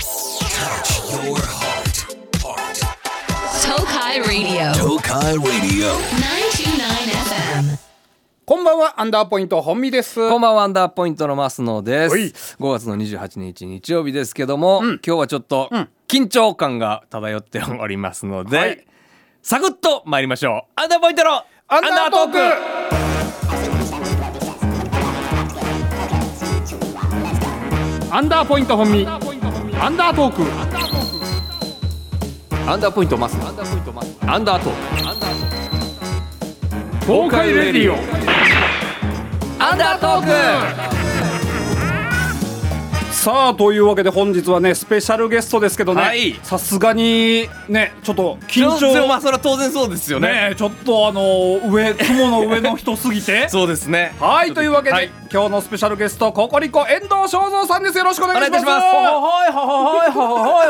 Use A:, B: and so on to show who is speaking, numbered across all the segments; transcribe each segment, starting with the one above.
A: Touch your heart. Heart.
B: Tokai Radio.
A: Tokai Radio.
B: 929 FM.
C: こんばんは、アンダーポイント本美です。
D: こんばんは、アンダーポイントのマスノで
C: はい
D: す。5月の28日日曜日ですけども、今日はちょっと緊張感が漂っておりますので、
C: はい
D: サクッと参りましょう。アンダーポイントの
C: アンダートークアンダーポイント本美アンダートーク
D: アンダーポイントマスノ。アンダーポイントマスアンダートー
C: 東海レディオ
D: ク。アンダートー
C: さあというわけで本日はねスペシャルゲストですけどね
D: はい
C: さすがにねちょっと緊
D: 緊張
C: 張
D: はそれは当然そうですよね。
C: ねちょっとあの上雲の上の人すぎて
D: そうですね。
C: はいというわけで、
D: はい
C: 今日のスペシャルゲストココリコ遠藤正蔵さんですよろしくお
D: お
C: 願い
D: 願い
C: し
D: い
C: ま
D: た
C: す
D: します。はいはいはい
E: はい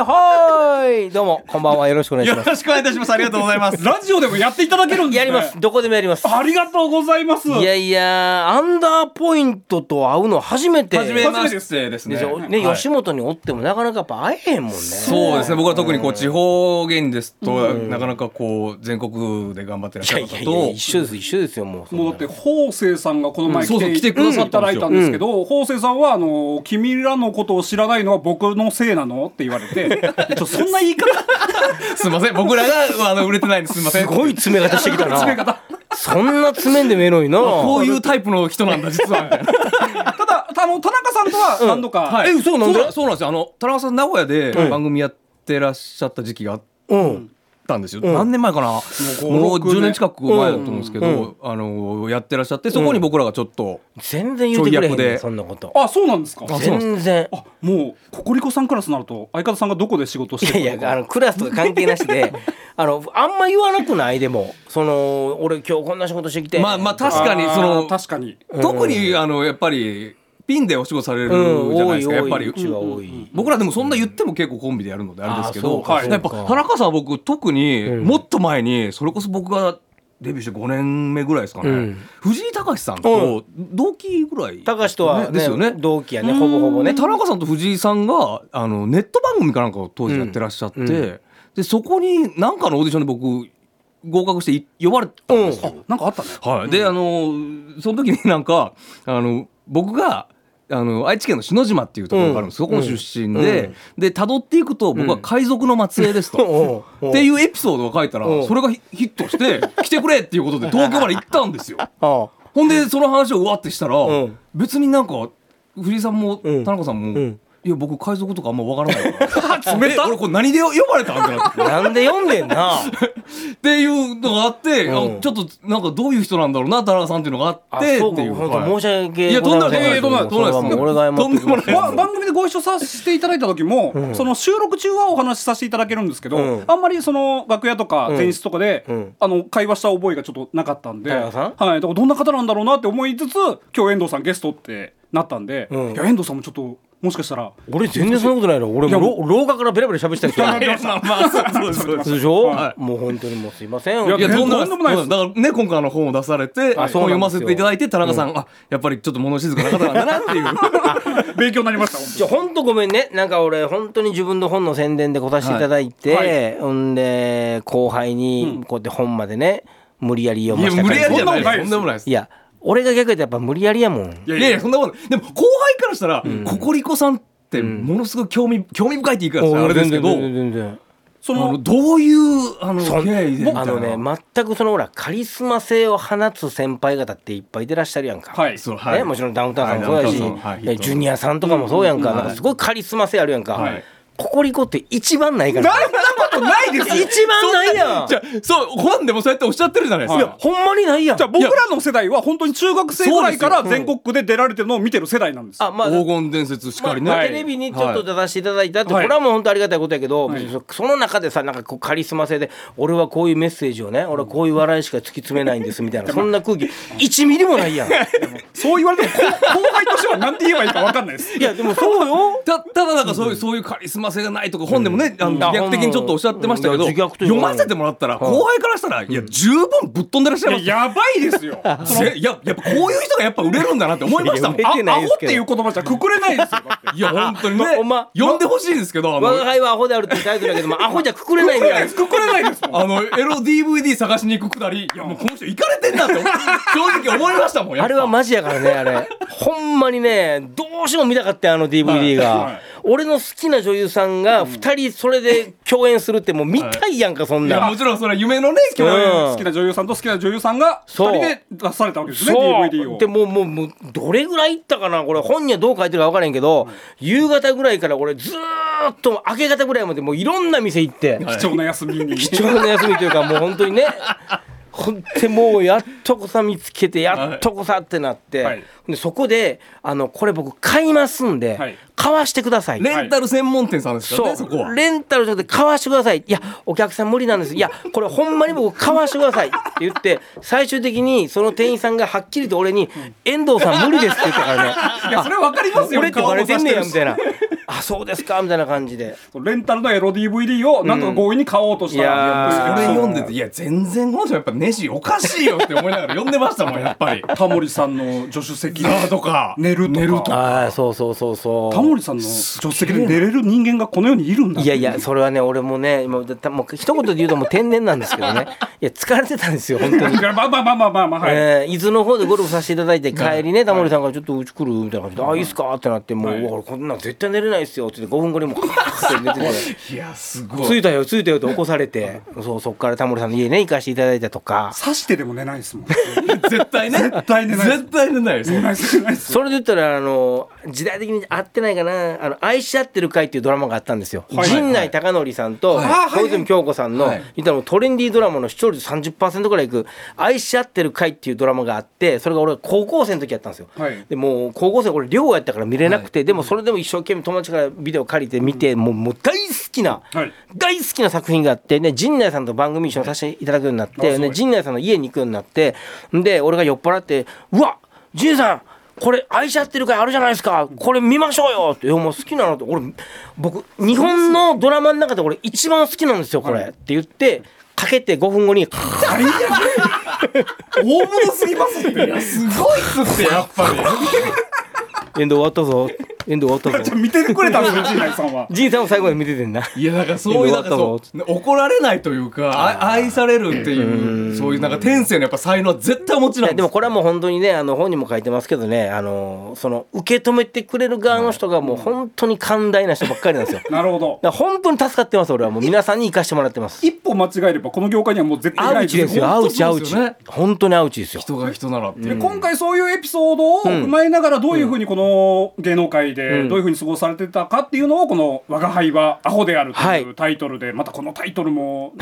E: はいどうもこんばんはよろしくお願いし
D: よ
E: ま
D: ろしくお願いいたします。ありがとうございます。
C: ラジオでもやっていただけるんですす、ね、
E: やりますどこでもやります
C: ありがとうございます
E: いやいやアンダーポイントと会うの初めて
D: 初めましてですね
E: でしょ。ね、
D: はい
E: 吉本におってもなかなかやっぱ会えへんもんね
D: そうですね僕は特にこう地方芸人ですと、なかなかこう全国で頑張ってらっしゃ
E: や
D: る
E: いや
D: 方
E: いや
D: と
E: 一緒です一緒ですよもうそんな
C: もうだって法政さんがこの前来て,、
D: うんそうそう来てくださったんですよ
C: いただいたんですけど、法政さんはあの「君らのことを知らないのは僕のせいなの?」って言われてちょそんな言い方
D: すいません僕らがあの売れてないんですすいません
E: すごい詰め方してきた
C: 詰め
E: な
C: 方
E: そんな詰めんでもええのにな
D: こういうタイプの人なんだ実はみたいな
C: ただあの田中さんとは何度か、
D: はい
E: え嘘なんで
D: そうそうなんですよあの田中さん名古屋で
E: うん
D: 番組やってらっしゃった時期があっ
E: うん
D: たんですよ、
E: ん
D: 何年前かな
C: う
D: もう
C: 五六
D: 10
C: 年
D: 年近く前だと思うんですけど、あのやってらっしゃってそこに僕らがちょっと、
E: 全然言うてくれへん
D: ちょい役
E: ね
D: で
E: そんなこと
C: あそうなんですか
D: あそうなんです
E: 全然
C: あもうココリコさんクラスになると相方さんがどこで仕事して
E: い
C: る
E: や
C: の
E: い
C: か
E: やあのクラスとか関係なしであのあんま言わなくないでもその俺今日こんな仕事してきて
D: まあまあ
C: あー
D: 確かにその
C: 確かに
D: 特にあのやっぱりピンでお仕事される
E: うん
D: じゃな
E: 多
D: いで
E: い
D: すか、や
E: 多
D: っぱ
E: い
D: り
E: うちは多い
D: 僕らでもそんな言っても結構コンビでやるのであれですけ
E: あ
D: ど、
E: そうか
C: そうか
D: やっぱ田中さんは僕特にもっと前にそれこそ僕がデビューして5年目ぐらいですかね、
E: うん
D: 藤井隆さんと同期ぐらい、
E: 高橋とは
D: ですよね
E: ね同期やねほぼほぼね
D: で田中さんと藤井さんがあのネット番組かなんかを当時やってらっしゃって、
E: うんうん
D: でそこに何かのオーディションで僕合格してい呼ばれたんですよ。
C: なんかあったね
D: はい、であのその時になんかあの僕があの愛知県の篠島っていうところがあるんです、
E: うん
D: そこの出身で、で辿っていくと僕は海賊の末裔です と、
E: うん
D: っていうエピソードを書いたら
E: うん
D: それがヒヒットして来てくれっていうことで東京まで行ったんです よ。
E: あ
D: ほんでその話をうわってしたら、
E: うん
D: 別になんか藤井さんも田
E: うん
D: 中さんも、
E: ん
D: いや僕海賊とかあんまわからない から冷た俺これ何で呼ばれたんってなって
E: あなんで読んで んな
D: っていうのがあって、
E: うん
D: あちょっとなんかどういう人なんだろうな田中さんっていうのがあっ
E: あ
D: て
E: そう
D: っ
E: か
D: ていう
E: 本当
D: はい
E: 申し訳
D: いやとんでもない
E: ござませ
D: とんでもない
E: それはもう俺が謝
D: とんでもない
E: って
C: ば番組でご一緒させていただいた時も、その収録中はお話しさせていただけるんですけど、
E: うん
C: あんまりその楽屋とか前室とかで、
E: うん
C: あの会話した覚えがちょっとなかったんで、
E: 田中さん
C: はい、だからどんな方なんだろうなって思いつつ今日遠藤さんゲストってなったんで、
E: うん
C: いや遠藤さんもちょっともしかしたら
E: 俺全然そんなことないの俺もろ廊下からベラベラ喋ってたりす
D: い
E: る
D: やまあまあそうそうそう
E: そうでしょ
D: は
E: もう本当にもうすいません
C: や
D: いやとんでもな
C: と
D: い
C: んでもないです
D: うんだからね今回あの本を出されて本
E: あそう
D: 読
E: なんで
D: ま
E: すよ
D: せていただいて田中さん、あやっぱりちょっと物静かな方なんだなっていう
C: 勉強になりました本
E: じゃあ本当ごめんねなんか俺本当に自分の本の宣伝で来させていただいて、ほんで後輩にこうやって本までね無理やり
D: い
E: 読ま
D: や
E: せた
D: 無理やりじゃない
C: そんなことない
D: とんでもないです
E: いや俺が逆やったらやっぱ無理やりやもん
D: いやいやそんなことないでも後輩からしたら、ココリコさんってものすごい興味興味深いって言い方したらあれですけど
E: 全然全然
C: そ
D: あの
C: の
D: どういうあの
E: そん
D: 経緯でみたいな
E: あのね全くそのほらカリスマ性を放つ先輩方っていっぱい出らっしゃるやんか、
C: はい
D: そうはい
E: ね、もちろんダウンタウンさんもそう
D: は
E: やし、
D: いダウンタウンさんはい
E: えジュニアさんとかもそうやんか,、
D: うんうん
E: なんかすごいカリスマ性あるやんか、
D: はい
E: ココリコって一番ないから
D: そんなことないですよ
E: 一番ないやん
D: じゃあそう本でもそうやっておっしゃってるじゃないです
C: はい
D: か、
C: い
D: や
E: ほんまにないやん
C: じゃあ僕らの世代は本当に中学生ぐらいから全国区で出られてるのを見てる世代なんで すよ
E: あまあ
D: 黄金伝説しかりね、
E: まあテレビにちょっと出させていただいたって、
C: はい
E: これはもう本当ありがたいことやけど、
C: はい
E: 別にそその中でさなんかこうカリスマ性で俺はこういうメッセージをね俺はこういう笑いしか突き詰めないんですみたいなそんな空気1ミリもないやんい
C: そう言われても後後輩としては何て言えばいいか分かんないです
E: やでもそうよ
D: たただなんかそういう、そういうカリスマ性がないとか本でもね、あの
E: うん
D: 逆的にちょっとおっしゃってましたけど、
E: うんだから自虐という
D: 読
E: か
D: ませてもらったら後輩からしたら、いや十分ぶっ飛んでらっしゃいますよ
C: やばいですよ。あ、
D: せいややっぱこういう人がやっぱ売れるんだなって思いましたもん。
E: いや
D: あ
E: 売れてない
C: ア
E: で
C: ホ
E: す
C: って
E: けど
C: いう言葉じゃくくれないですよ。だって
D: いや本当にね
E: ほんま、
D: 呼んでほしいんですけどあ
E: 我が
D: の
E: 輩はアホであるってタイトルだけども、アホじゃくくれないぐらい。
C: くくれないですもん。
D: あのエロ DVD 探しに行くくだりいやもうこの人行かれてんなって正直思いましたもんやっぱ
E: あれはマジやからね、あれ。ほんまにね、どうしても見たかったよあの DVD が。
C: はい
E: 俺の好きな女優さんが2人それで共演するってもう見たいやんか、そん
D: いや
E: な
D: も
E: ん。
D: ちろんそれは夢のね
C: 好きな
E: うん
C: 好きな女優さんと好きな女優さんが二
E: そう
C: 人で出されたわけですね
E: そう
C: DVD を
E: でもうもうもうどれぐらいいったかなこれ本にはどう書いてるか分からへんけど、夕方ぐらいから俺ずーっと明け方ぐらいまでもういろんな店行って、
C: 貴重な休みに
E: 貴重な休みというかもう本当にね本当にもうやっとこさ見つけてやっとこさってなって、
C: はい
E: でそこであのこれ僕買いますんで、
C: はい
E: 買わしてください、
D: レンタル専門店さんですから
E: そ
D: ね、
E: う
D: そこは。
E: レンタルじゃなくて買わしてくださいいやお客さん無理なんですいやこれほんまに僕買わしてくださいって言って最終的にその店員さんがはっきりと俺に「遠藤さん無理です」って言ったからね
C: いやそれは分かりますよ
E: 俺って
C: 顔
E: バ
C: も
E: レてんね
C: さ
E: やみ
C: したて
E: い
C: るし
E: な「あそうですか」みたいな感じで
C: レンタルのエロ DVD をなんとか強引に買おうとした
E: うんいや
C: ら
D: それ
E: ー
D: 読んでて、いや、全然この人やっぱネジおかしいよって思いながら読んでましたもん、やっぱり。
C: タモリさんの助手席
D: ザーとか。
C: 寝る
D: 寝る
C: と
D: と
C: か
E: ああそうそうそうそう
C: タモリさんの助手席で寝れる人間がこの世にいるんだ
E: いやいや、それはね、俺もね、もう、だもう一言で言うともう天然なんですけどね。いや、疲れてたんですよ、本当に。
C: まあまあまあまあまあまあはい、
E: えー伊豆の方でゴルフさせていただいて帰りねタモリさんが「ちょっとうち来る?」みたいな感じで「あいいっすか?」ってなって「もううわ俺こんなん絶対寝れないっすよ」って言って5分後 にもうカーッて寝てて
D: いや、す
E: 「
D: ご
E: 着
D: い。
E: いたよ着いたよ」って起こされてそうそっからタモリさんの家ね行かしていただいたとか
C: 刺してでも寝ないですもん
D: 絶対ね。
C: 絶対寝ないです
D: 絶対寝 ないです
C: 寝ないです寝ないです
E: それで言ったらあの時代的に合ってないかな「あの愛し合ってる会」っていうドラマがあったんですよ、
C: い
E: 陣内孝則さんと
C: はい
E: 小泉今日子さんの、
D: はい
E: 言ったらもうトレンディードラマの視聴率30%ぐらいいく「愛し合ってる会」っていうドラマがあってそれが俺高校生の時やったんですよ、
C: はい
E: でもう高校生俺寮やったから見れなくて、でもそれでも一生懸命友達からビデオ借りて見て、もうもう大好きな、
C: はい
E: 大好きな作品があってね陣内さんと番組一緒にさせていただくようになって、
C: あすご
E: ね、
C: い
E: 陣内さんの家に行くようになってで俺が酔っ払って「うわ陣内さんこれ愛し合ってる回あるじゃないですかこれ見ましょうよ」って「いやもう好きなの?」って俺僕日本のドラマの中で俺一番好きなんですよこれ、って言ってかけて5分後にカーッ
C: 最悪大物すぎますっていやすごいっすってやっぱり
E: 「エンド終わったぞエンド 終わった
C: じゃ
E: ぞ
C: あ見てくれたんですよ陣内さんは」
E: 陣内さんを最後まで見ててんな。
D: いや、なんかそういう、なんかそ
E: 終
D: う、怒られないというか、あ愛されるっていう、そういうなんか天性のやっぱ才能は絶対お持ち
E: い
D: な
E: や
D: ん
E: で
D: で
E: も
D: す
E: これはもう本当にねあの本にも書いてますけどねあのその受け止めてくれる側の人がもう本当に寛大な人ばっかりなんで すよだか
C: なるほど
E: ら本当に助かってます俺はもう皆さんに生かしてもらってます
C: 一歩間違えればこの業界にはもう絶対い
E: ア
C: な
E: ウ
C: い
E: チですよア
D: 本
E: ウ
D: 当
E: チア
D: そう
E: ウ
D: で
E: チ
D: すよね
E: 本当にアウチですよ
D: 人が人ならっていう。
C: で今回そういうエピソードを踏まえながらどういうふうにこの芸能界でどういうふうに過ごされてたかっていうのをこの「我が輩はアホである」と
E: はいいう
C: タイトルでまたこのタイトルも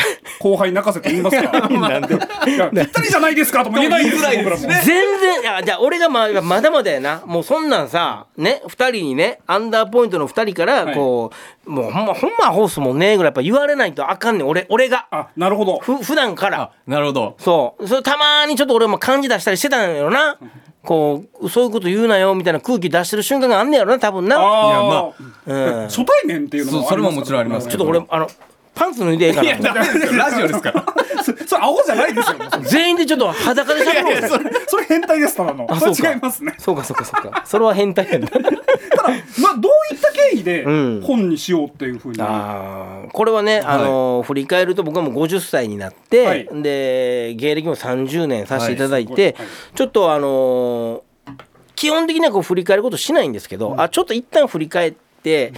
C: 後輩泣かせて言いますかいやぴったりじゃないですかとも言えないです
D: 言いづらい ですね
E: 全然いやじゃあ俺がまあまだまだやなもうそんなんさね2人にねアンダーポイントの2人から
C: はい
E: こう、もうほんまほんまアホっすもんねぐらいやっぱ言われないとあかんねん俺俺が
C: あなるほど
E: ふ普段から
D: あ、なるほど。
E: そう。それたまにちょっと俺も感じ出したりしてたんやろな。こう、そういうこと言うなよみたいな空気出してる瞬間があんねやろな、多分な。
C: ああ、
E: やまあうん
C: 初対面っていうのも
D: そうそれももちろんあります
E: ち
D: け
E: ょっ
D: ど
E: と俺、あの、パンツ脱いでええか
D: いや、
E: な。
D: ダメです よラジオですから。
C: そ それアホじゃないですよもうそれ
E: 全員でちょっと裸でしゃべろうぜ。
C: それ変態ですただの
E: あ
C: そ
E: そう
C: れ
E: か
C: 違いますね
E: そうかそうかそうか。それは変態やな。
C: ただまあどういった経緯で
E: うん
C: 本にしようっていうふうに、
E: あーこれはね、あのー振り返ると僕はもう50歳になって、
C: はい
E: で芸歴も30年させていただい
C: はい
E: て、
C: すごいはい
E: ちょっとあのー基本的にはこう振り返ることしないんですけど、あちょっと一旦振り返って、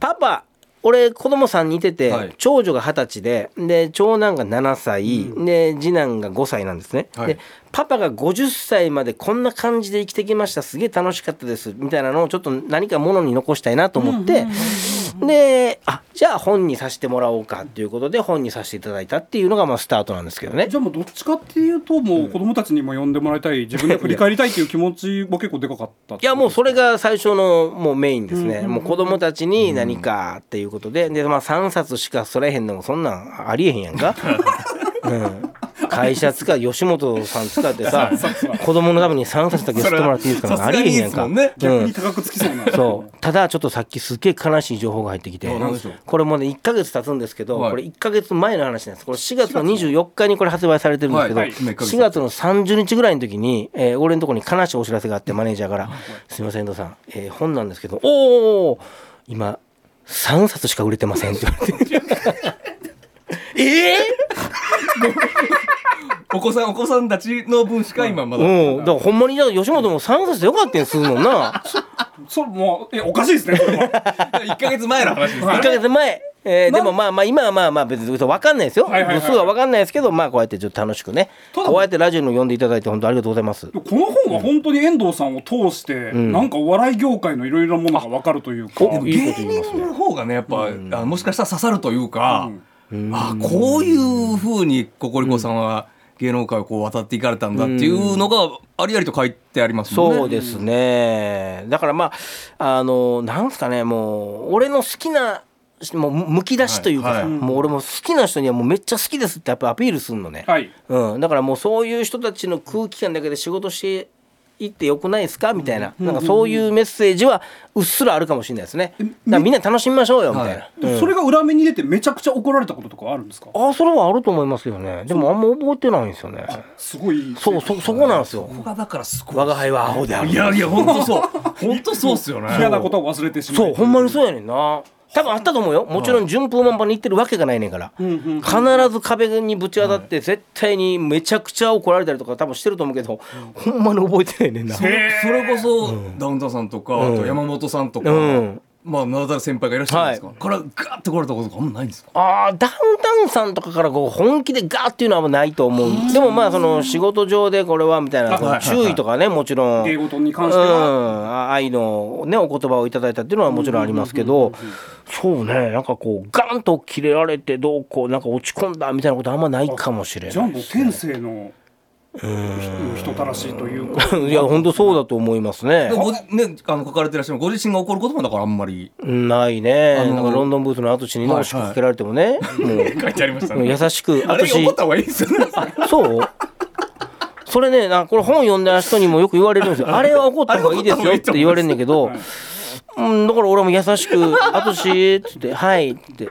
E: パパ俺子供さんにいてて、
D: はい
E: 長女が二十歳でで長男が7歳、で次男が5歳なんですね、
D: はい
E: でパパが50歳までこんな感じで生きてきましたすげえ楽しかったですみたいなのをちょっと何かものに残したいなと思って、であじゃあ本にさせてもらおうかということで本にさせていただいたっていうのがまあスタートなんですけどね
C: じ。ゃあもうどっちかっていうともう子供たちにも呼んでもらいた い自分で振り返りたいっていう気持ちも結構でかかった
E: いやもう
C: そ
E: それが最初のもうメインですね、もう子供たちに何かっていうことでで、まあ、3冊しかそらへんのもそんなんありえへんやんか、うん、会社使う吉本さん使ってさ子供のために3冊だけ吸ってもらっていいですか
D: それ
E: あ
D: は
E: りえへんやんか
D: さすがにいいです
E: う
C: 逆
E: ん
C: に高くつきそうな。
E: そうただちょっとさっきすっげえ悲しい情報が入ってきて
D: あなんでしょう
E: これもね1か月経つんですけど、
D: はい
E: これ1か月前の話なんですこれ4月の24日にこれ発売されてるんですけど、
D: はいはい
E: 4月の30日ぐらいの時に、えー俺のところに悲しいお知らせがあってマネージャーから「すいません遠藤さん、えー本なんですけどおお今3冊しか売れてません」って言われて。 え
D: お子さんお子さんたちの分しか今ま
E: ー、
D: だ、
E: うんだからほんまにじゃあ吉本も3冊でよかったんするもんな
C: そう、もう、え、おかしいですね、それは。
D: 1か月前の話ですね
E: 1か月前、えーでもまあまあ今はまあまあ別に分かんないですよ、
C: はいはいはい
E: 部数は分かんないですけどまあこうやってちょっと楽しくね
C: ただ
E: こうやってラジオに呼んでいただいて本当ありがとうございます
C: でもこの本は本当に遠藤さんを通して、なんかお笑い業界のいろいろなものがわかるというか。
E: おいい
D: 芸
E: こと言います
D: 人の方がねやっぱ、あもしかしたら刺さるというか、あこういうふうにココリコさんは芸能界をこう渡っていかれたんだっていうのがありありと書いてありますもんね。
E: そうですねだからまああのなんすかねもう俺の好きなもうむき出しというかさ、
D: はいはい
E: もう俺も好きな人にはもうめっちゃ好きですってやっぱアピールするのね、
C: はい。
E: うん、だからもうそういう人たちの空気感だけで仕事していってよくないですかみたいななんかそういうメッセージはうっすらあるかもしれないですねだからみんな楽しみましょうよみたいな
D: は、
C: でもそれが裏目に出て、めちゃくちゃ怒られたこととかあるんですか。
E: ああそれはあると思いますよねでもあんま覚えてないんですよね
C: すごい。
E: そうそそこなんですよ
D: ここがだからすごい。
E: 我が輩はアホである
D: いやいや本当 そう本当そうっすよね。
C: 嫌なことを忘れてしま
E: そう
C: う。
E: ほんまにそうやねんな多分あったと思うよもちろん順風満帆にいってるわけがないねんから
C: んうん
E: 必ず壁にぶち当たって絶対にめちゃくちゃ怒られたりとか多分してると思うけどほんまに覚えてないねんな
D: それそれこそ、ダウンタウンさんとか、あと山本さんとか、
E: うん
D: まあ名だたる先輩がいらっしゃるんですか、からガーって来られたこととかあんまないんですか
E: あーダウンタウンさんとかからこう本気でガーっていうのはないと思うでもまあその仕事上でこれはみたいな
C: あ
E: その注意とかねもちろん
C: 芸事に
E: う
C: 関
E: ん
C: しては。
E: あ愛のねお言葉をいただいたっていうのはもちろんありますけどそうねなんかこうガンと切れられてどうこうなんか落ち込んだみたいなことあんまないかもしれ
C: じゃあ
E: な
C: もう天性の。人たらしいというか。
E: いいや本当そうだと思いますね
D: でもごじねあの書かれてらっしゃるご自身が怒ることもだからあんまり
E: ないね
D: あの
E: なんかロンドンブーツの跡地にね
D: はいはい
E: 押しかけられてもね
D: 書いてありました
E: もう
D: ね
E: 優しく
D: あれ
E: 私
D: 怒った方がいいですよね。
E: そうそれね、なんかこれ本読んだ人にもよく言われるんですよ。あれは怒った方がいいですよって言われるんだけど、うん、だから俺も優しく、あとし、つって、はい、って、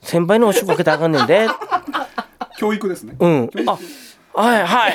E: 先輩のおしっこかけたらあかんねんで、
C: 教育ですね。
E: うん、あ、はい、はい、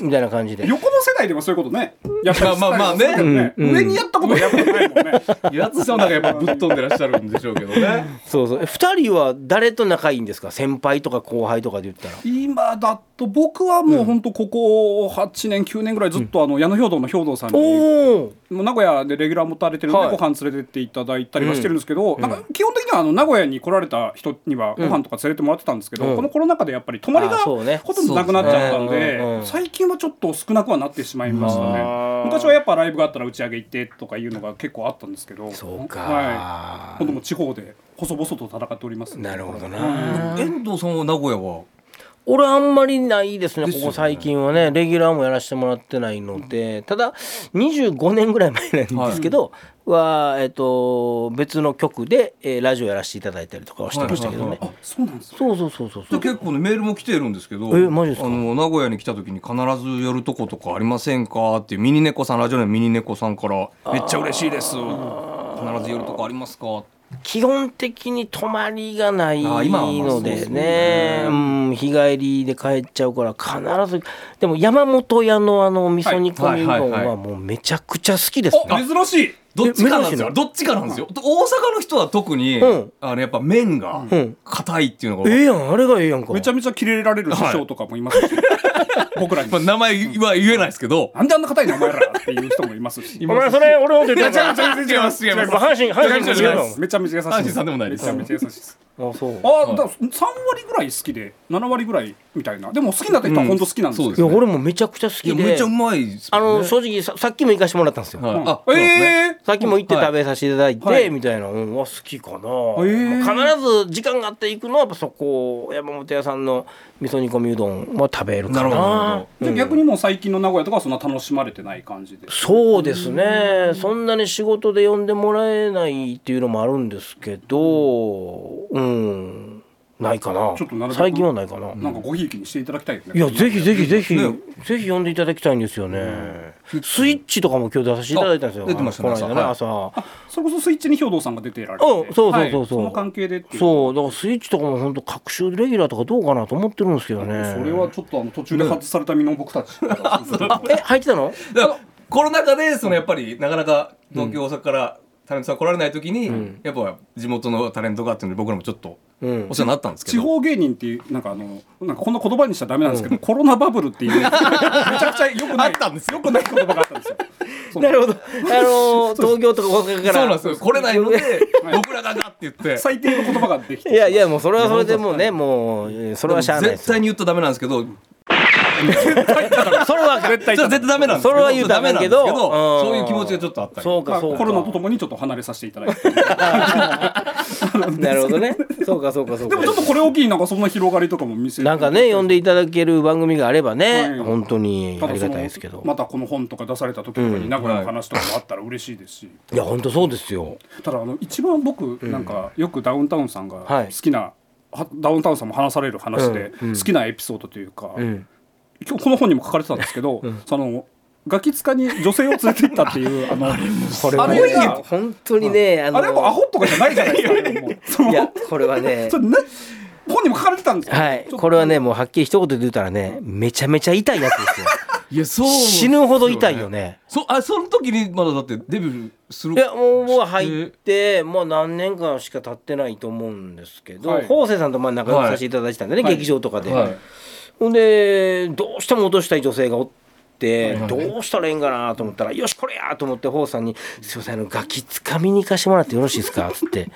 E: みたいな感じで。
C: 横の世代でもそういうことね。やっぱり
D: まあまあまあね
C: うん上にやったことはやっぱないもんね。
D: やつさんなんかやっぱぶっ飛んでらっしゃるんでしょうけどね。
E: そうそう。え二人は誰と仲いいんですか先輩とか後輩とかで言ったら。
C: 今だと僕はもう本当ここ8年9年ぐらいずっとあの矢野兵道の兵道さんにも
E: おー
C: う名古屋でレギュラー持たれてるんで
E: は
C: ご
E: い
C: 飯連れてっていただいたりはしてるんですけどなんか基本的にはあの名古屋に来られた人にはご飯とか連れてもらってたんですけ
E: うん
C: どこのコロナ禍でやっぱり泊まりが
E: あーそうね
C: ほとんどなくなっちゃったん
E: そうです
C: で
E: ねうんうん
C: 最近はちょっと少なくはなってしまいました
E: あ
C: ね
E: ー
C: 昔はやっぱライブがあったら打ち上げ行ってとかいうのが結構あったんですけど
E: そう
C: は
E: か
C: い、今度も地方で細々と戦っております
E: なるほどな。
D: 遠藤さんは名古屋は。
E: 俺あんまりないですね
D: ですよね
E: ここ最近はねレギュラーもやらせてもらってないのでただ25年ぐらい前なんですけど、はえっと別の局で、えーラジオやらせていただいたりとかはしてましたけどね、
D: はいはい
C: あそうなんですよ
E: そうそうそうそうそう
D: 結構ねメールも来てるんですけど、
E: えマジですか
D: あの名古屋に来た時に必ず寄るとことかありませんかっていうミニ猫さんラジオのミニ猫さんからめっちゃ嬉しいです。必ず寄るとこありますか。
E: 基本的に泊まりがない
D: あ今はまあそ
E: の
D: うです
E: で
D: ね
E: ねうん日帰りで帰っちゃうから必ずでも山本屋のあの味噌煮込みうどん
D: はいはいはいは
E: はいもうめちゃくちゃ好きですね、
C: お珍しい
D: どっちかなんです
E: 珍しい
D: よ。
E: な
D: どっちかなんですよ。大阪の人は特に、
E: うん
D: あのやっぱ麺が
E: うん
D: 硬いっていうのが、
E: ええやんあれがええやんか
C: めちゃめちゃキレられる師匠とかもいます し、僕らに
D: まあ、名前は言えないですけど。
C: なんであんな硬いのお前らっていう人もいますし
E: お前それ俺のこと言ってるから
D: 違います違います
E: 阪神阪神
D: 違います
C: めちゃめちゃ優しい
D: 阪神さんでもないです
C: めちゃめちゃ優しいです
E: あそう
C: ああ、だから3割ぐらい好きで7割ぐらいみたいなでも好きな人は本当好きなんです
D: うん
C: け
E: い
D: そ
E: や
C: ど、
D: う
E: 俺もめちゃくちゃ好
D: い
E: き
D: やめっ
E: で
D: ちゃうまいです
E: あ
D: もん
E: の
D: ね
E: 正直ささっきも行かしてもらったんですよ
D: はいあ
C: うん
D: そうですね
C: え
E: さっきも行って
D: はい
E: 食べさせていただい
C: はい
E: てみたいなうんあ好きかな
C: え
E: 必ず時間があって行くのはやっぱそこ山本屋さんの味噌煮込みうどんは食べるか
D: なるほどなる
E: な
D: ほ
C: えじゃあ逆にもう最近の名古屋とかはそんな楽しまれてない感じで
E: そうですねそんなに仕事で呼んでもらえないっていうのもあるんですけどうんないかな
C: ちょっとなるべく
E: 最近はないかな、
C: なんかごひいきにしていただきたいよね
E: いやぜひぜひぜひ、
D: ね
E: ぜひ呼んでいただきたいんですよね、スイッチとかも今日出させていただいたんですよ
D: あ出てましたね
E: この間ね朝、
C: それこそスイッチに兵藤さんが出てられて
E: うんそうそうそうそう
C: はいその関係でっていう
E: そうだからスイッチとかも本当各週レギュラーとかどうかなと思ってるんですけどね
C: それはちょっとあの途中で外された身の僕たち
E: え入ってたの
D: だからコロナ禍でそのやっぱりなかなか東京大阪からタレントさん来られない時に、やっぱ地元のタレントがっていうので僕らもちょっとお世話になったんですけ
C: 地
D: ど、
C: 方芸人っていうなんかあのなんかこんな言葉にしちゃダメなんですけど、コロナバブル っていう、めちゃくちゃよくない
D: あったんですよ
C: よくない言葉があったんですよ
E: なるほどあのー東京とか大阪から
D: そうなんですよ来れないので 僕らががって言 って
C: 最低の言葉ができて
E: いやいやもうそれはそれでもうねもうえーそれはしゃあないです
D: 絶対に言ったらダメなんですけど
E: それは
C: 絶対
D: それは絶対ダメなんですけ
E: そ
D: ど
E: れは言うたらあかんけど
D: ダメなんですけど
E: うん
D: そういう気持ちがちょっとあったり
E: そう
C: ま
E: か
C: あ
E: そうか
C: コロナとともにちょっと離れさせていた だいて
E: なるほどねそうかそうかそう
C: でもちょっ
E: か
C: とこれを機になんかそんな広がりとかも見せて
E: なんかね呼んでいただける番組があれば
C: は
E: ね
C: い
E: 本当に
C: た
E: あ
C: だ
E: り
C: そ
E: が
C: の
E: たいですけど
C: またこの本とか出された時とかに名古屋の話とかもあったら嬉しいですし、
E: いや本当そうですよ
C: ただあの一番僕なんかよくダウンタウンさんが
E: はい
C: 好きな、はダウンタウンさんも話される話で
E: うんうん
C: 好きなエピソードというか、
E: うん
C: 今日この本にも書かれてたんですけど、そのガキ使に女性を連れて行ったっていう あのあれ
E: これ
C: あ
E: はね
C: れが
E: 本当にねあの
C: あれはもうアホとかじゃないじゃないですか。もう
E: いや
C: そ
E: これはね
C: のそれな本にも書かれてたんですよ
E: はい
C: ちょっと
E: これはねもうはっきり一言で言うたらねめちゃめちゃ痛いやつで すよ
D: いやそう
E: 死ぬほど痛いよね
D: そあその時にまだだってデビューする
E: いやもうもう入ってもう何年間しか経ってないと思うんですけど、
C: はい
E: 法政さんとまあ仲良くさせていただいてたんでね、
C: はい
E: 劇場とかで、
D: はい
E: ほんでどうしても落としたい女性がおって、どうしたらいいんかなと思ったら「よしこれや!」と思って法さんに「すいませんあのガキつかみに行かしてもらってよろしいですか?」っつって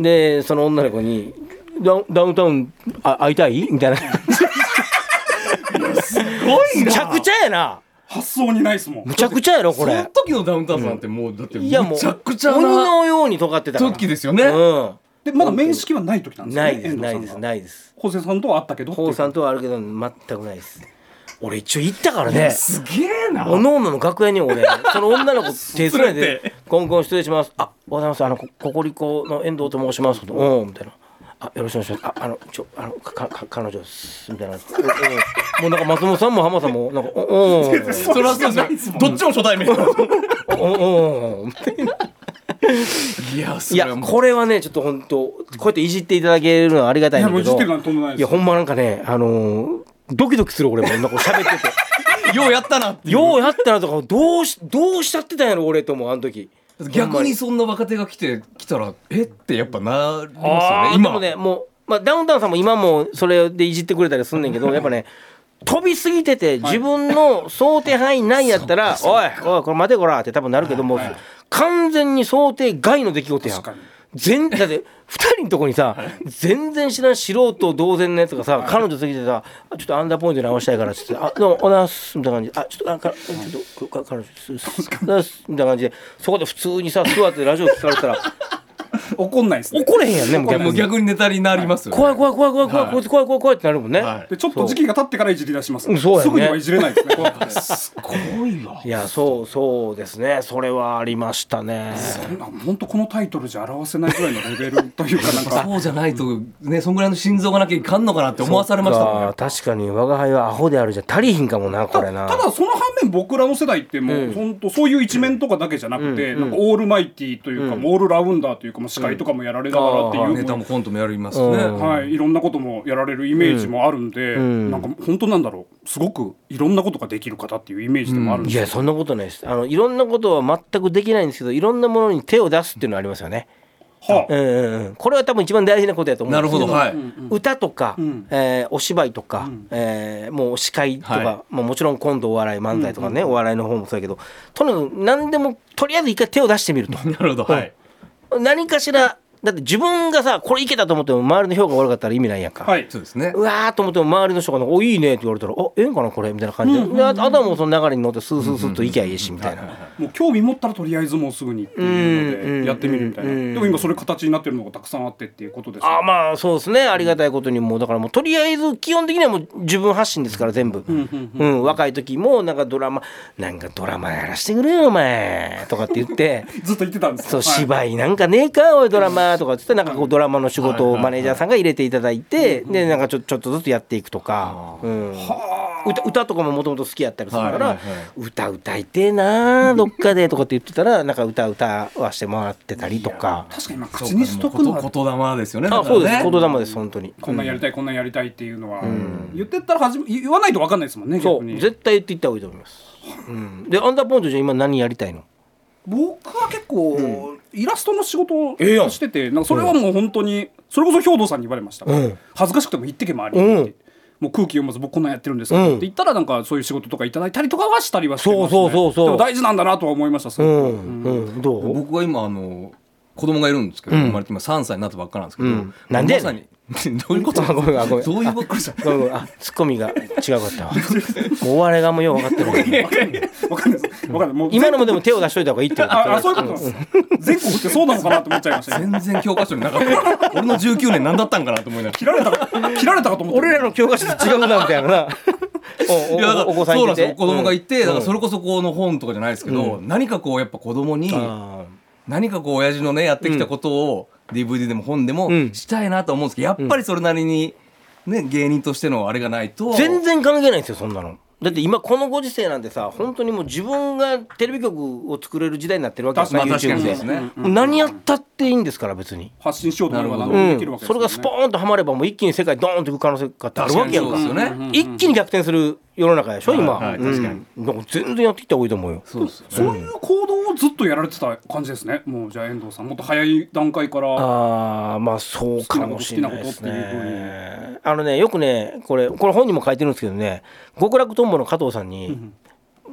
E: でその女の子に「ダウンダウンタウンあ会いたい?」みたいなすごいなむちゃくちゃやな
C: 発想にないですもん。
E: むちゃくちゃやろこ
D: その
E: れ
D: 時のダウンタウンさんってもうだってむ
E: い
D: ち
E: やもう
D: ゃくちゃ
E: 鬼
D: な
E: のように尖ってたから
D: 時ですよね、
E: うん
C: でまだ面識はない時なんですよ
E: な
C: ね。
E: いですないです
C: い。
E: ないです
C: ホセさんとはあったけどっていう。
E: こうさんとはあるけど全くないです俺一応行ったからね
D: すげえな
E: おのおのの楽屋 に俺その女の子手つない
D: 連れ
E: で「コンコン失礼します」「あおはようございますあのココリコの遠藤と申します」おうん」みたいな「あよろしくお願いします」あ「あのちょあのかかか彼女です」みたいな、うんもうなんか松本さんも浜さんもなんか「おおお
D: それはそうですよどっちも初対面
E: おおお
D: いやそ
E: いやこれはねちょっと本当こうやっていじっていただけるのはありがたいんだけ
C: いやもういじ
E: ど
C: ってるのはとんでもないです
E: いやほんまなんかねあのードキドキする俺もなんかこう喋ってて。
D: ようやったなっていう
E: ようやったなとかどうしどうしちゃってたんやろ俺ともあの時
D: 逆にそんな若手が来て来たらえってやっぱなりますよ
E: あ
D: ね
E: ーで
D: 今
E: もねもう、まあ、ダウンタウンさんも今もそれでいじってくれたりすんねんけどやっぱね 飛びすぎてて自分の想定範囲内やったら「おいおいこれ待てこら」って多分なるけどもう完全に想定外の出来事やん
C: 確かに。
E: 全だって2人のとこにさ全然知らん素人同然のやつがさ彼女過ぎてさ「あちょっとアンダーポイント直したいから」っつって「あどうもおなす」みたいな感じで「あちょっとあかちょっとか彼女すすおなす」みたいな感じでそこで普通にさ座ってラジオ聞かれたら
C: 怒んないですね。
E: 怒れへんやんねもう
D: いや
E: 逆
D: もう
E: に。
D: 逆にネタになりますよ、ね、
E: 怖い怖い怖い怖い怖い怖い怖い怖い怖いってなるもんね。
D: はい
C: でちょっと時期が経ってからいじり出します。
E: うんそうやね
C: すぐにはいじれないですね。怖くて。
E: いやそうそうですねそれはありましたね。
C: 本当このタイトルじゃ表せないぐらいのレベルというか なんか
D: そうじゃないとねそんぐらいの心臓がなきゃいかんのかなって思わされましたもん
E: あ
D: ね
E: ー確かに我が輩はアホであるじゃ足りひんかもなこれな
C: た。だその反面僕らの世代ってもう本当そういう一面とかだけじゃなくてなんかオールマイティというかもうオールラウンダーというかもう司会とかもやられながらって
E: うん
C: い
D: ネ
C: う
D: タ
C: も
D: もコントもやります
E: う
D: ね、
E: ん
C: うはいいろんなこともやられるイメージもあるんで
E: ん
C: なんか本当なんだろうすごくいろんなことができる方っていうイメージでもあるん
E: い
C: で
E: やそんなことないです。あのいろんなことは全くできないんですけどいろんなものに手を出すっていうのはありますよね。
C: は
E: うんうんうんこれは多分一番大事なことやと思う
D: なん
E: で
D: る
E: すけ
D: ほどはい、
E: 歌とか、
C: ん
E: えーお芝居とか、えーもう司会とか、
D: はい
E: まあ、もちろん今度お笑い漫才とかね、お笑いの方もそうやけどとにかく何でもとりあえず一回手を出してみると。
D: なるほどはい、
E: 何かしらだって自分がさこれいけたと思っても周りの評価悪かったら意味ないやんか、
C: はい
D: そうですね
E: うわーと思っても周りの人がなんか「おいいね」って言われたら「あええんかなこれ」みたいな感じで,で、あとあとはもうその流れに乗ってスースースーっといきゃいいしみたいな、
C: もう興味持ったらとりあえずもうすぐにっていう
E: うん
C: の
E: うん
C: でやってみるみたいな、
E: うんうん
C: でも今それ形になってるのがたくさんあってっていうことですよ
E: あまあそうですねありがたいことにもうだからもうとりあえず基本的にはもう自分発信ですから全部、うん若い時もなんかドラマなんかドラマやらしてくれよお前とかって言って。
C: ずっと言ってたんです
E: そ
C: は
E: う
C: い
E: 芝居なんかねえかおいドラマとかっつってなんかこうドラマの仕事をマネージャーさんが入れていただいてでなんかちょちょっとずつやっていくとか、うん、歌歌とかももともと好きやったりするか
D: は
E: ら、
D: いはいはい
E: 歌歌いてえなどっかでとかって言ってたらなんか歌歌わしてもらってたりとか
C: 確かに今
D: そう
C: 口にしとくのは
D: こと言霊ですよね。
E: あそうです
D: だからね
E: 言霊です本当に。
C: こんなんやりたいこんなんやりたいっていうのは、言ってったら始め言わないと分かんないですもんね
E: そ
C: 逆
E: う
C: に
E: 絶対言っていった方がいいと思います、うん、でアンダーポンドじゃん今何やりたいの
C: 僕は結構、イラストの仕事を
E: ええやん
C: してて、なんかそれはもう本当に、それこそ兵藤さんに言われました、
E: うん
C: 恥ずかしくても言ってけもあり、
E: うん
C: もう空気読まず僕こんなんやってるんですけど、
E: うん
C: って言ったらなんかそういう仕事とかいただいたりとかはしたりはしてます、ね、
E: そうそうそうそう
C: でも大事なんだなとは思いましたす
E: う
C: ごく
E: ん、うん、どう
D: 僕は今あの子供がいるんですけど、生まれて今3歳になったばっかなんですけど、
E: うんなんでや
D: まさ
E: ねん
D: に どういうこと
E: あごめんあごめん
D: どういうばっかりさ
E: ごめんごめんあツッコミが違うかったわもう終われがもうよう分かってるわ
C: わかんないですわかんないもう
E: 今のもでも手を出しといた方がいいってこと
C: ああそういうことなんです全国ってそうなのかなと思っちゃいましたね
D: 全然教科書になかった俺の19年何だったんかなと思いなが
C: 切られたか切られたかと思って
E: 俺らの教科書と違うなみたいななお
D: らいやだ
E: お
D: か
E: お子
D: ら
E: さん
D: そう
E: い
D: なん
E: て
D: ですよ
E: て
D: 子供がいて、だからそ
E: れ
D: れこそこの本とかじゃないですけど、何かこうやっぱ子供に何かこう親父のねやってきたことを DVD でも本でも
E: うん
D: したいなと思うんですけどやっぱりそれなりに、ね、芸人としてのあれがないと
E: 全然関係ないんですよそんなのだって今このご時世なんてさ本当にもう自分がテレビ局を作れる時代になってるわけですから
D: まあ確か
E: YouTube
D: にそう
E: で
D: ですね
E: もう何やったっていいんですから別に
C: 発信しようと思えば何でもできる
E: う
C: わ
E: ん、
C: けです
E: そ
C: よ
E: れ
C: ね
E: がスポーンとはまればもう一気に世界ドーンといく可能性がある
D: 確か
E: わけ
D: に
E: や
D: そ
E: ん
D: う
E: か
D: ですよね、
E: 一気に逆転する世の中でしょ今、
D: はいはい確かに
E: うんだから全然やってきた方がいいと思うよ
D: そうですよね
C: そういう行動をずっとやられてた感じですね。もうじゃあ遠藤さんもっと早い段階から。
E: あーまあそうかもしれないです
C: 好きなこと好きな
E: ねあのねよくねこれこれ本にも書いてるんですけどね極楽とんぼの加藤さんに、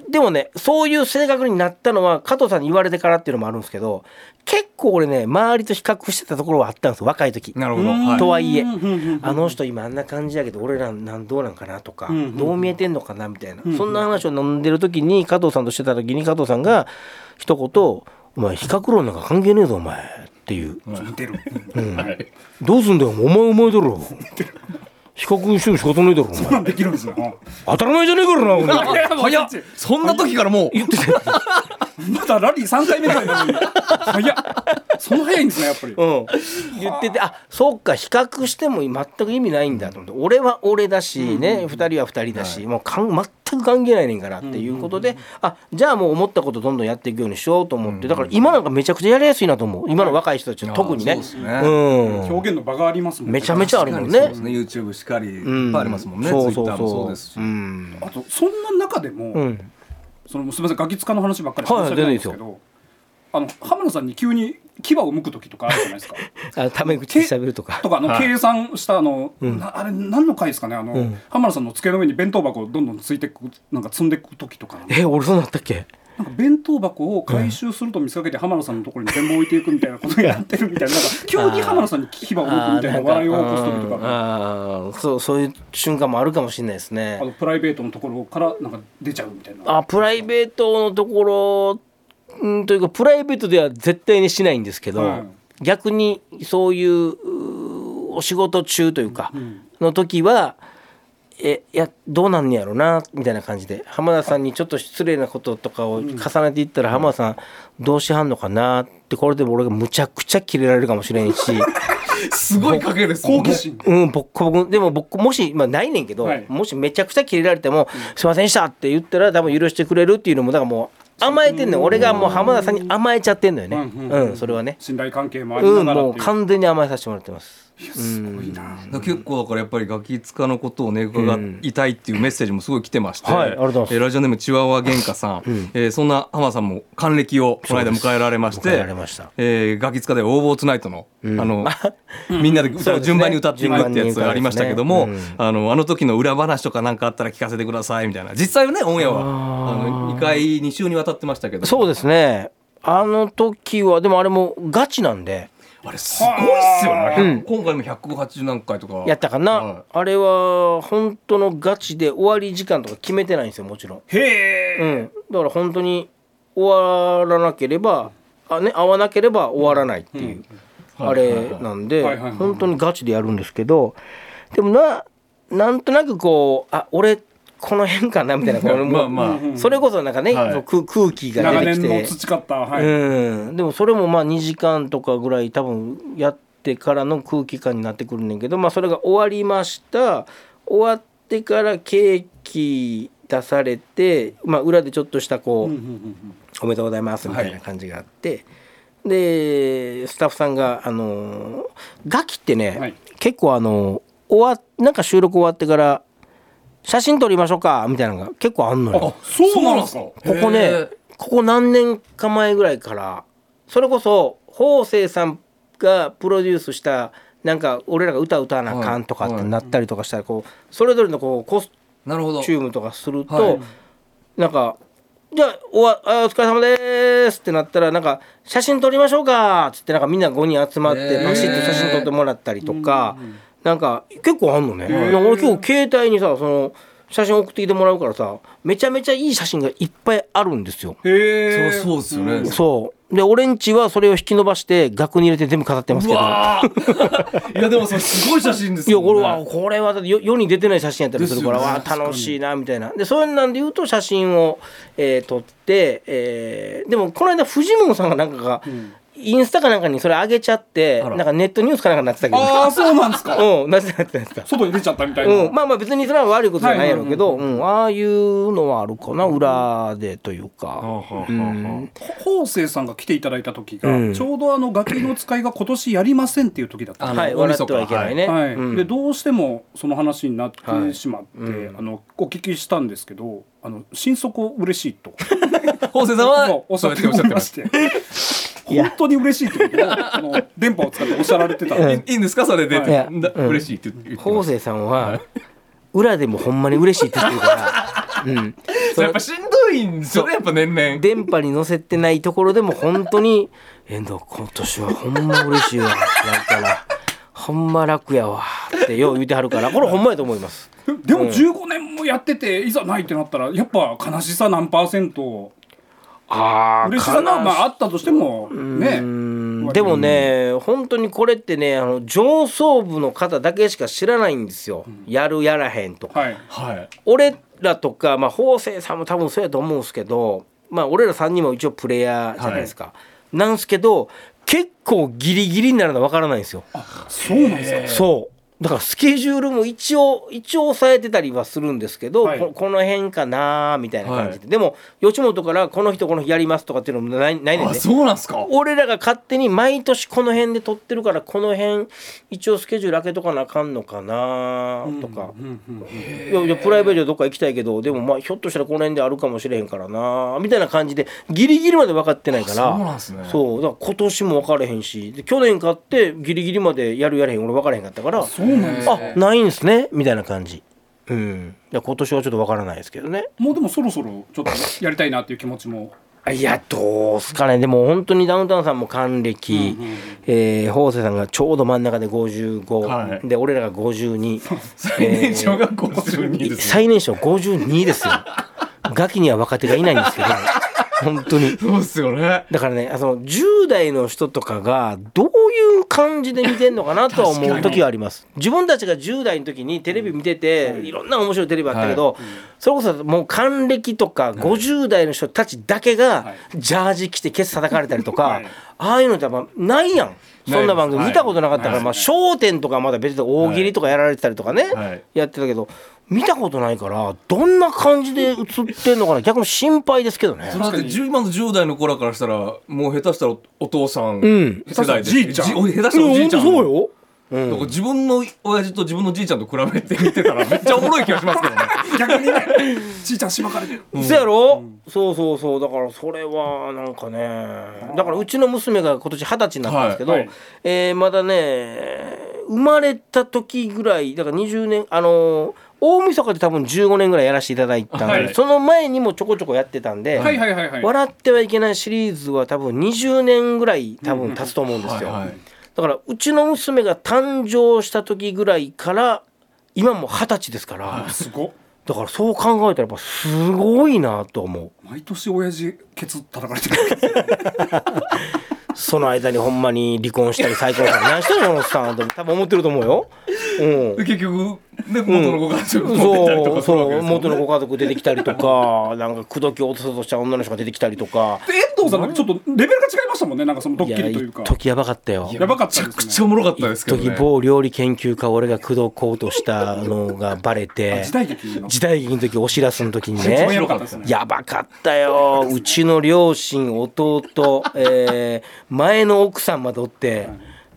E: でもねそういう性格になったのは加藤さんに言われてからっていうのもあるんですけど結構俺ね周りと比較してたところはあったんですよ若い時。
D: なるほど、はい
E: とはいえ
C: うんうんうん
E: あの人今あんな感じやけど俺らなんどうなんかなとか
C: んうん
E: どう見えてんのかなみたいなそんな話を飲んでる時に加藤さんとしてた時に加藤さんが一言「お前比較論なんか関係ねえぞお前」っていう
C: 似てる。
E: 「どうすんだよお前お前だろ」比較しても仕方ないだろお前
C: できるんですよ。
E: 当たり前じゃねえからなお前
C: いやもう
D: 早っそんな時からもう
E: 言ってた
C: まだラリー三回目ぐらいなのに。早っ。その早いんですねやっぱり。
E: うん、言っててあそっか比較しても全く意味ないんだと思って俺は俺だしね、二2人は2人だし、もうかん全く関係ないねんからっていうことで、あじゃあもう思ったことどんどんやっていくようにしようと思って、だから今なんかめちゃくちゃやりやすいなと思う今の若い人たち特にね
D: あーそうですね
E: うん、
C: 表現の場がありますもんね。
E: めちゃめちゃあるもん
D: 確かにそう
E: ね
D: です。ね YouTube しかり
E: うん
D: いっぱいありますもんね、
E: そうそう
D: Twitter も
E: そ
D: そう
E: う
D: ですし、
E: うん
C: あとそんな中で
E: う
C: も、
E: ん
C: そのすみませんガキ使の話ばっかり
E: はいは
C: 申
E: い
C: し訳ないんですけど、あの浜野さんに急に牙を剥く時とかあるじゃないですか。
E: あタメ口で喋るとか
C: とかあの計算したあの、なあれ何の回ですかねあの、浜野さんの机の上に弁当箱をどんどんついてくなんか積んでいく時とかの。
E: え俺そうなったっけ
C: なんか弁当箱を回収すると見せかけて浜野さんのところに全部置いていくみたいなことをやってるみたいななんか急に浜野さんに牙を置くみたいな笑いを起こす時とか
E: あーそうそういう瞬間もあるかもしれないですね
C: あのプライベートのところからなんか出ちゃうみたいな
E: あプライベートのところうんというかプライベートでは絶対にしないんですけど、
C: うん
E: 逆にそういううーお仕事中というか、の時はえいやどうなんねやろなみたいな感じで浜田さんにちょっと失礼なこととかを重ねていったら浜田さんどうしはんのかなってこれでも俺がむちゃくちゃキレられるかもしれんし。
D: すごい賭けですも
C: 好
D: んね
C: 奇心
E: うん、僕、僕、でも僕、もし、まあ、ないねんけど、
C: はい
E: もしめちゃくちゃキレられても、すいませんでしたって言ったら、多分許してくれるっていうのも、だからもう、甘えてんのよ。俺がもう浜田さんに甘えちゃってんのよね。
C: うん
E: うん、それはね。
C: 信頼関係もあり
E: う、
C: なんがら
E: も
C: っ
E: う
C: ていう
E: 完全に甘えさせてもらってます。
C: いやすごいな
D: だから結構だからやっぱりガキ使のことをね伺いたいっていうメッセージもすごい来てまして、
E: はいありがとうございます
D: えーラジオネームチワワ玄華さん、えーそんな浜さんも還暦をこの間迎えられまして
E: 迎えられました
D: えーガキ使で「オーボーツナイトの」あのみん なで歌を順番に歌っていくってやつがありましたけども、
E: 順番に歌
D: あのあの時の裏話とか何かあったら聞かせてくださいみたいな実際はねオンエアはあの2回2週にわたってましたけど
E: そうですね。あの時は、でもあれもガチなんで、
D: あれすごいっすよね、今回も180何回とか
E: やったかな。
D: はい
E: あれは、本当のガチで終わり時間とか決めてないんですよ、もちろん。
C: へえ
E: うん、だから本当に終わらなければあ、ね、会わなければ終わらないっていう、あれなんで、
C: はいはいはい
E: 本当にガチでやるんですけどでもななんとなくこうあ俺この辺かなみたいなこの
D: まあまあ
E: もうそれこそなんかね、
D: はい
E: そう空空気が
C: 長
E: 出て
C: 年
E: きて。
C: の培った、はい。
E: うん、でもそれもまあ2時間とかぐらい多分やってからの空気感になってくるねんけど、まあ、それが終わりました終わってからケーキ出されて、まあ、裏でちょっとしたこ
C: う
E: う、
C: んうんうん
E: おめでとうございますみたいな感じがあって、でスタッフさんが、あのーガキってね、
C: はい
E: 結構あの終わなんか収録終わってから写真撮りましょうかみたいなのが結構あんのよ。
C: あ、そうなんですか。
E: ここ
D: へ
E: ね
D: ー
E: ここ何年か前ぐらいからそれこそ方正さんがプロデュースしたなんか俺らが歌歌わなあかんとかってなったりとかしたらこうそれぞれのこうコス
D: なるほど
E: チュームとかすると、
D: はい
E: なんか「じゃあおわあお疲れ様です」ってなったらなんか「写真撮りましょうか」っつってなんかみんな5人集ま
D: へ
E: って
D: ー
E: パシッと写真撮ってもらったりとか、なんか結構あんのね。なんか俺今日携帯にさその写真送ってきてもらうからさめちゃめちゃいい写真がいっぱいあるんですよ。
C: へえ。
D: そうそうですよね、
E: そうで俺んちはそれを引き伸ばして額に入れて全部飾ってます
D: う
E: けど。
D: わーいやでもそれすごい写真です
E: いや
D: よ、ね、
E: 俺はこれはだって世世に出てない写真やったりするから、
D: ですよ
E: わ
D: ね
E: あ楽しいなみたいなでそういうなんで言うと写真を、えー撮って、えーでもこの間フジモンさんがなんかが、インスタかなんかにそれ上げちゃって
D: あ
E: な
D: ら
E: んかネットニュースかなんかになってたけど
C: ああ、そうなんですか。
E: うんなってたなってたなってた
C: 外に出ちゃったみたいな。
E: うん、まあまあ別にそれは悪いことじゃないやろうけど、うんああいうのはあるかな裏でというか、うん
C: 方正さんが来ていただいた時が、
E: うん
C: ちょうどあのガキの使いが今年やりませんっていう時だったん
D: あ
C: で
D: の
E: はい
D: 大
E: 笑
D: 晦
E: って
D: 日
E: はいけないね、
C: すはい
E: うん
C: でどうしてもその話になってしまって、
E: はいうん
C: あのお聞きしたんですけどあの心底嬉しいと
D: 法政さんは
C: おっしゃって
D: そう
C: お
D: やって
C: りまして 本当に嬉しいってことをあの電波を使っておっしゃられてたんで
D: いいんですかそれで、
C: はい
E: いや
D: な
E: うん
D: 嬉しいって言って
E: 昴生さんは裏でもほんまに嬉しいって言ってるから、うん、
D: それやっぱしんどいんですよねやっぱ年々
E: 電波に乗せてないところでも本当に 「遠藤今年はほんま嬉しいわ」なんかな 「ほんま楽やわ」ってよう言うてはるからこれほんまやと思います。
C: でも15年もやってていざないってなったらやっぱ悲しさ何パーセント
E: あ
C: 嬉しさがまああったとしてもね
E: でもね本当にこれってねあの上層部の方だけしか知らないんですよ、やるやらへんとか
C: はい
D: はい
E: 俺らとか、まあ、法政さんも多分そうやと思うんですけど、まあ、俺ら3人も一応プレイヤーじゃないですか、なんですけど結構ギリギリになるの分からないんですよ、
C: そうなんですか
E: そうだからスケジュールも一応一応抑えてたりはするんですけど、
C: はい
E: ここの辺かなーみたいな感じで、でも吉本からこの人この日やりますとかっていうのもないないねん
D: あ
E: ね
D: そうなんすか
E: 俺らが勝手に毎年この辺で撮ってるからこの辺一応スケジュール開けとかなあかんのかなとか、いやいやプライベートでどっか行きたいけどでもまあひょっとしたらこの辺であるかもしれへんからなみたいな感じでギリギリまで分かってないから
D: あそうなんすね
E: そうだから今年も分からへんしで去年買ってギリギリまでやるやれへん俺分からへんかったから
C: そうなんです
E: あないんですねみたいな感じうんだから今年はちょっと分からないですけどね
C: もうでもそろそろちょっとやりたいなっていう気持ちも
E: いやどうすかねでも本当にダウンタウンさんも還暦、えー、法政さんがちょうど真ん中で55、
D: はい
E: で俺らが52
D: 最年長が52ですね
E: 最年少52ですよガキには若手がいないんですけど本当に
D: そうっすよね
E: だからねあの10代の人とかがどういう感じで見てんのかなとは思う時はあります自分たちが10代の時にテレビ見てて、いろんな面白いテレビあったけど、それこそもう還暦とか50代の人たちだけがジャージ着てケツ叩かれたりとか、
C: はい
E: ああいうのってやっぱないやんそんな番組
D: ないです
E: 見たことなかったから、まあ『笑点』とかまだ別で大喜利とかやられてたりとかね、
D: はい
E: やってたけど見たことないからどんな感じで映ってんのかな逆に心配ですけどね。
D: だって10今の10代の子らからしたらもう下手したらおお父さん
E: ん
D: 世代で
C: じいちゃん
D: お下手したらおじいちゃん
E: いや本当そうよ
D: だから自分の親父と自分のじいちゃんと比べて見てたらめっちゃおもろい気がしますけどね
C: 逆にねちいちゃんしまかれてる
E: そやろ、そうそうそうだからそれはなんかねだからうちの娘が今年二十歳になったんですけど、
C: はいはい
E: えーまだね生まれた時ぐらいだから20年あのー大晦日で多分15年ぐらいやらせていただいたんで、
C: はい
E: その前にもちょこちょこやってたんで「
C: はいはいはいはい
E: 笑ってはいけない」シリーズは多分20年ぐらい多分経つと思うんですよ。
D: はいはい
E: だからうちの娘が誕生した時ぐらいから今もう二十歳ですから。
C: すごっ
E: だからそう考えたらやっぱすごいなと思う
C: 毎年親父ケツ叩かれてる
E: その間にほんまに離婚したり再婚したり何してんのおっさんって多分思ってると思うよう ん
D: で結局ね元のご家族が出たりと
E: そ
D: か
E: う
D: するわけ
E: そ
D: ですも
E: う
D: んね
E: 元のご家族出てきたりとかなんか口説きを落とそうとした女の人が出てきたりとか
C: で遠藤さんなんかちょっとレベルが違いましたもんねなんかそのド
E: い
C: ッキ
E: や
C: リとい
E: 一
C: うか
E: 時やばかったよ
C: やばかっ
D: めち
C: た
D: ゃ
C: で
D: く
C: す
D: ちゃお
C: ね
D: もろかったですけど
E: 時
D: ね
E: 某料理研究家を俺が口説こうとしたのがバレて
C: 時代劇の
E: 時代劇の時お知らすの時に
C: 一番や
E: ね
C: ばかったですね
E: やばかったようちの両親弟、えー前の奥さんまでおって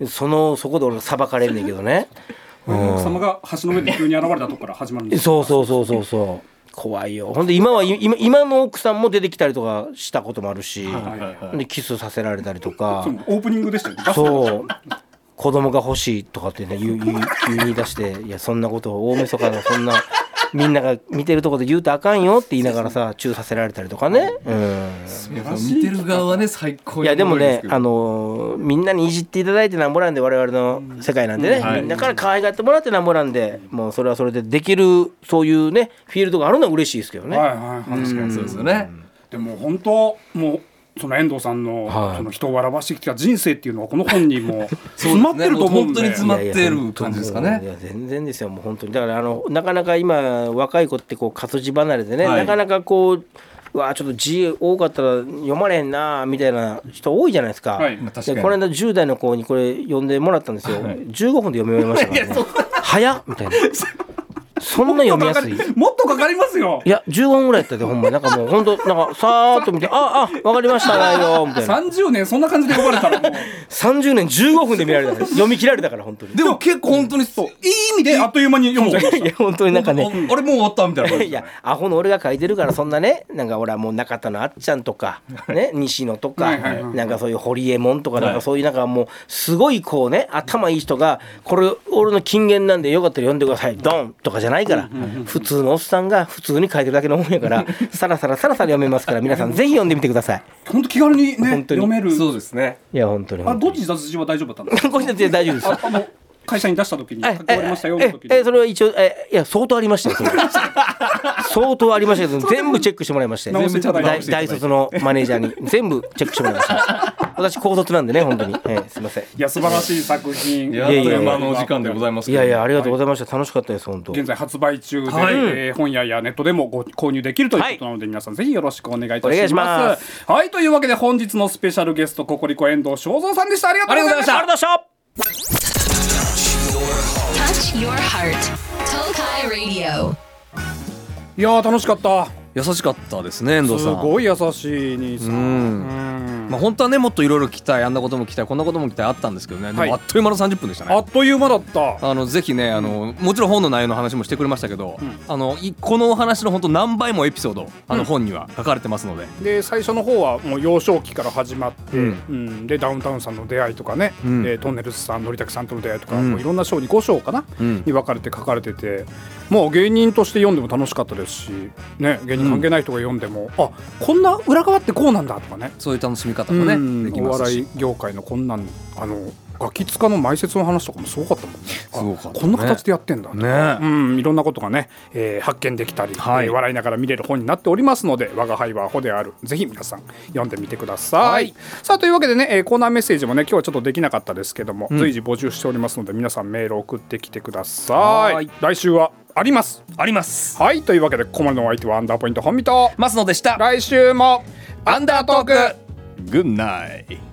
E: そのそこで俺裁かれんねんけどね
C: 奥様が橋の上で急に現れたとこから始まるんです
E: そうそうそうそうそう怖いよほんで今は今今の奥さんも出てきたりとかしたこともあるし、
C: はいはい
E: でキスさせられたりとか
C: そのオープニングでしたよねバス
E: そう子供が欲しいとかってね言う言う言い出していやそんなことを大晦日のそんなみんなが見てるとこで言うとあかんよって言いながらさチューさせられたりとかね、うん、
D: いや見てる側はね最高
E: い
D: に
E: やでもね、あ
D: の
E: のーみんなにいじっていただいてなんぼなんで我々の世界なんでね、
D: はい
E: みんなから可愛がってもらってなんぼなんで、もうそれはそれでできるそういうねフィールドがあるのは嬉しいですけどね、
C: はいはいはい確かに
D: そうですよね
C: でも本当もうその遠藤さんの,、
E: はい
C: その人を笑わしてきた人生っていうのはこの本に も詰まってると思うんで
D: そうですねもう本当に詰まっ
E: いやいや
D: てる感じですかね
E: いや全然ですよもう本当にだからあのなかなか今若い子ってこう活字離れでね、
D: はい
E: なかなかこううわちょっと字多かったら読まれへんなみたいな人多いじゃないですか,、
C: はい
D: まあ確かに
E: でこの間10代の子にこれ読んでもらったんですよ、15分で読み終わりまし たから、ね、早っみたいなそんな読みやすい
C: もっとかかりますよ
E: いや15分ぐらいやったでほんまになんかもうほんとなんかさーっと見て 「ああわかりました内容」みたいな
C: 30年そんな感じで呼ばれたらもう
E: 30年15分で見られたから読み切られたから本当に
D: でも結構本当にそういい意味で
C: であっという間に読んじゃいまし
E: いや本当になんかね
D: あれもう終わったみたいな感じ
E: いやアホの俺が書いてるからそんなねなんか俺はもう中田のあっちゃんと か、ね、西野とか
C: はいはいはい
E: なんかそういう堀江門とかなん
D: は
E: か
D: い
E: そういうなんかもうすごいこうね頭いい人が「これ俺の金言なんでよかったら読んでくださいドン!」とかじゃないから普通のおっさんが普通に書いてるだけの本 やからさらさらさらさら読めますから皆さんぜひ読んでみてください。
C: た本当気軽にね
E: 本当に
C: 読める
D: そうですね
E: いや本当に
C: あ
E: 本当
C: どっ
E: に
C: ち雑誌は大丈夫だったんです
E: ご自宅で大丈夫です
C: かああの会社に出した時に書き終わりましたよの時に
E: えええそれは一応えいや相当ありましたよそれ 相当ありましたけど全部チェックしてもらいまして
C: 直していただいて
E: 大大卒のマネージャーに全部チェックしてもらいました私高卒なんでね本当に、ええすいません
C: いや素晴らしい作品
D: いやあっ
E: い
D: と
E: やいや
D: いう間のお時間でございます
E: い
D: けど
E: やいやありがとうございました楽しかったです本当
C: 現在発売中で、
D: はい
C: えー本屋やネットでもご購入できるということなので、皆さんぜひよろしくお願いいたします
E: お願いしま
C: はいというわけで本日のスペシャルゲストココリコ遠藤正蔵さんでしたありがとうございました
E: ありがとうございました
B: Touch your heart. Tokai Radio.
C: いやー楽しかった
F: 優しかったですね遠藤
C: す
F: さん
C: ごい優しい兄さん
F: まあ本当はねもっといろいろ聞きたいあんなことも聞きたいこんなことも聞きたいあったんですけどね、
C: はい
F: でもあっという間の30分でしたね
C: あっという間だった
F: あのぜひねあの、もちろん本の内容の話もしてくれましたけど、あのいこのお話の本当何倍もエピソードあの本には書かれてますので、
C: で最初の方はもう幼少期から始まって、
F: うん
C: うんでダウンタウンさんの出会いとかね、
F: ん
C: えートンネルズさんのりたくさんとの出会いとか、
F: うん
C: もういろんな章に5章かな、
F: うん
C: に分かれて書かれててもう芸人として読んでも楽しかったですし、ね、芸人関係ない人が読んでも、あこんな裏側ってこうなんだとかね
F: そういう楽しみ方もね、
C: うん
F: でき
C: お
F: ます
C: 笑
F: し
C: い業界のこんなんあのガキ使の埋設の話とかもすごかったもんねあ
F: ごかったね
C: こんな形でやってんだとか
F: ね
C: うん、いろんなことがね、えー発見できたり、
F: はい
C: えー笑いながら見れる本になっておりますので我が輩はアホであるぜひ皆さん読んでみてください、
F: はい
C: さあというわけでね、えーコーナーメッセージもね今日はちょっとできなかったですけども、随時募集しておりますので皆さんメールを送ってきてください
F: はい
C: 来週はあります
F: あります
C: はいというわけでここまでのお相手はアンダーポイント本見と
F: ますのでした
C: 来週もアンダートーク
F: グッナイ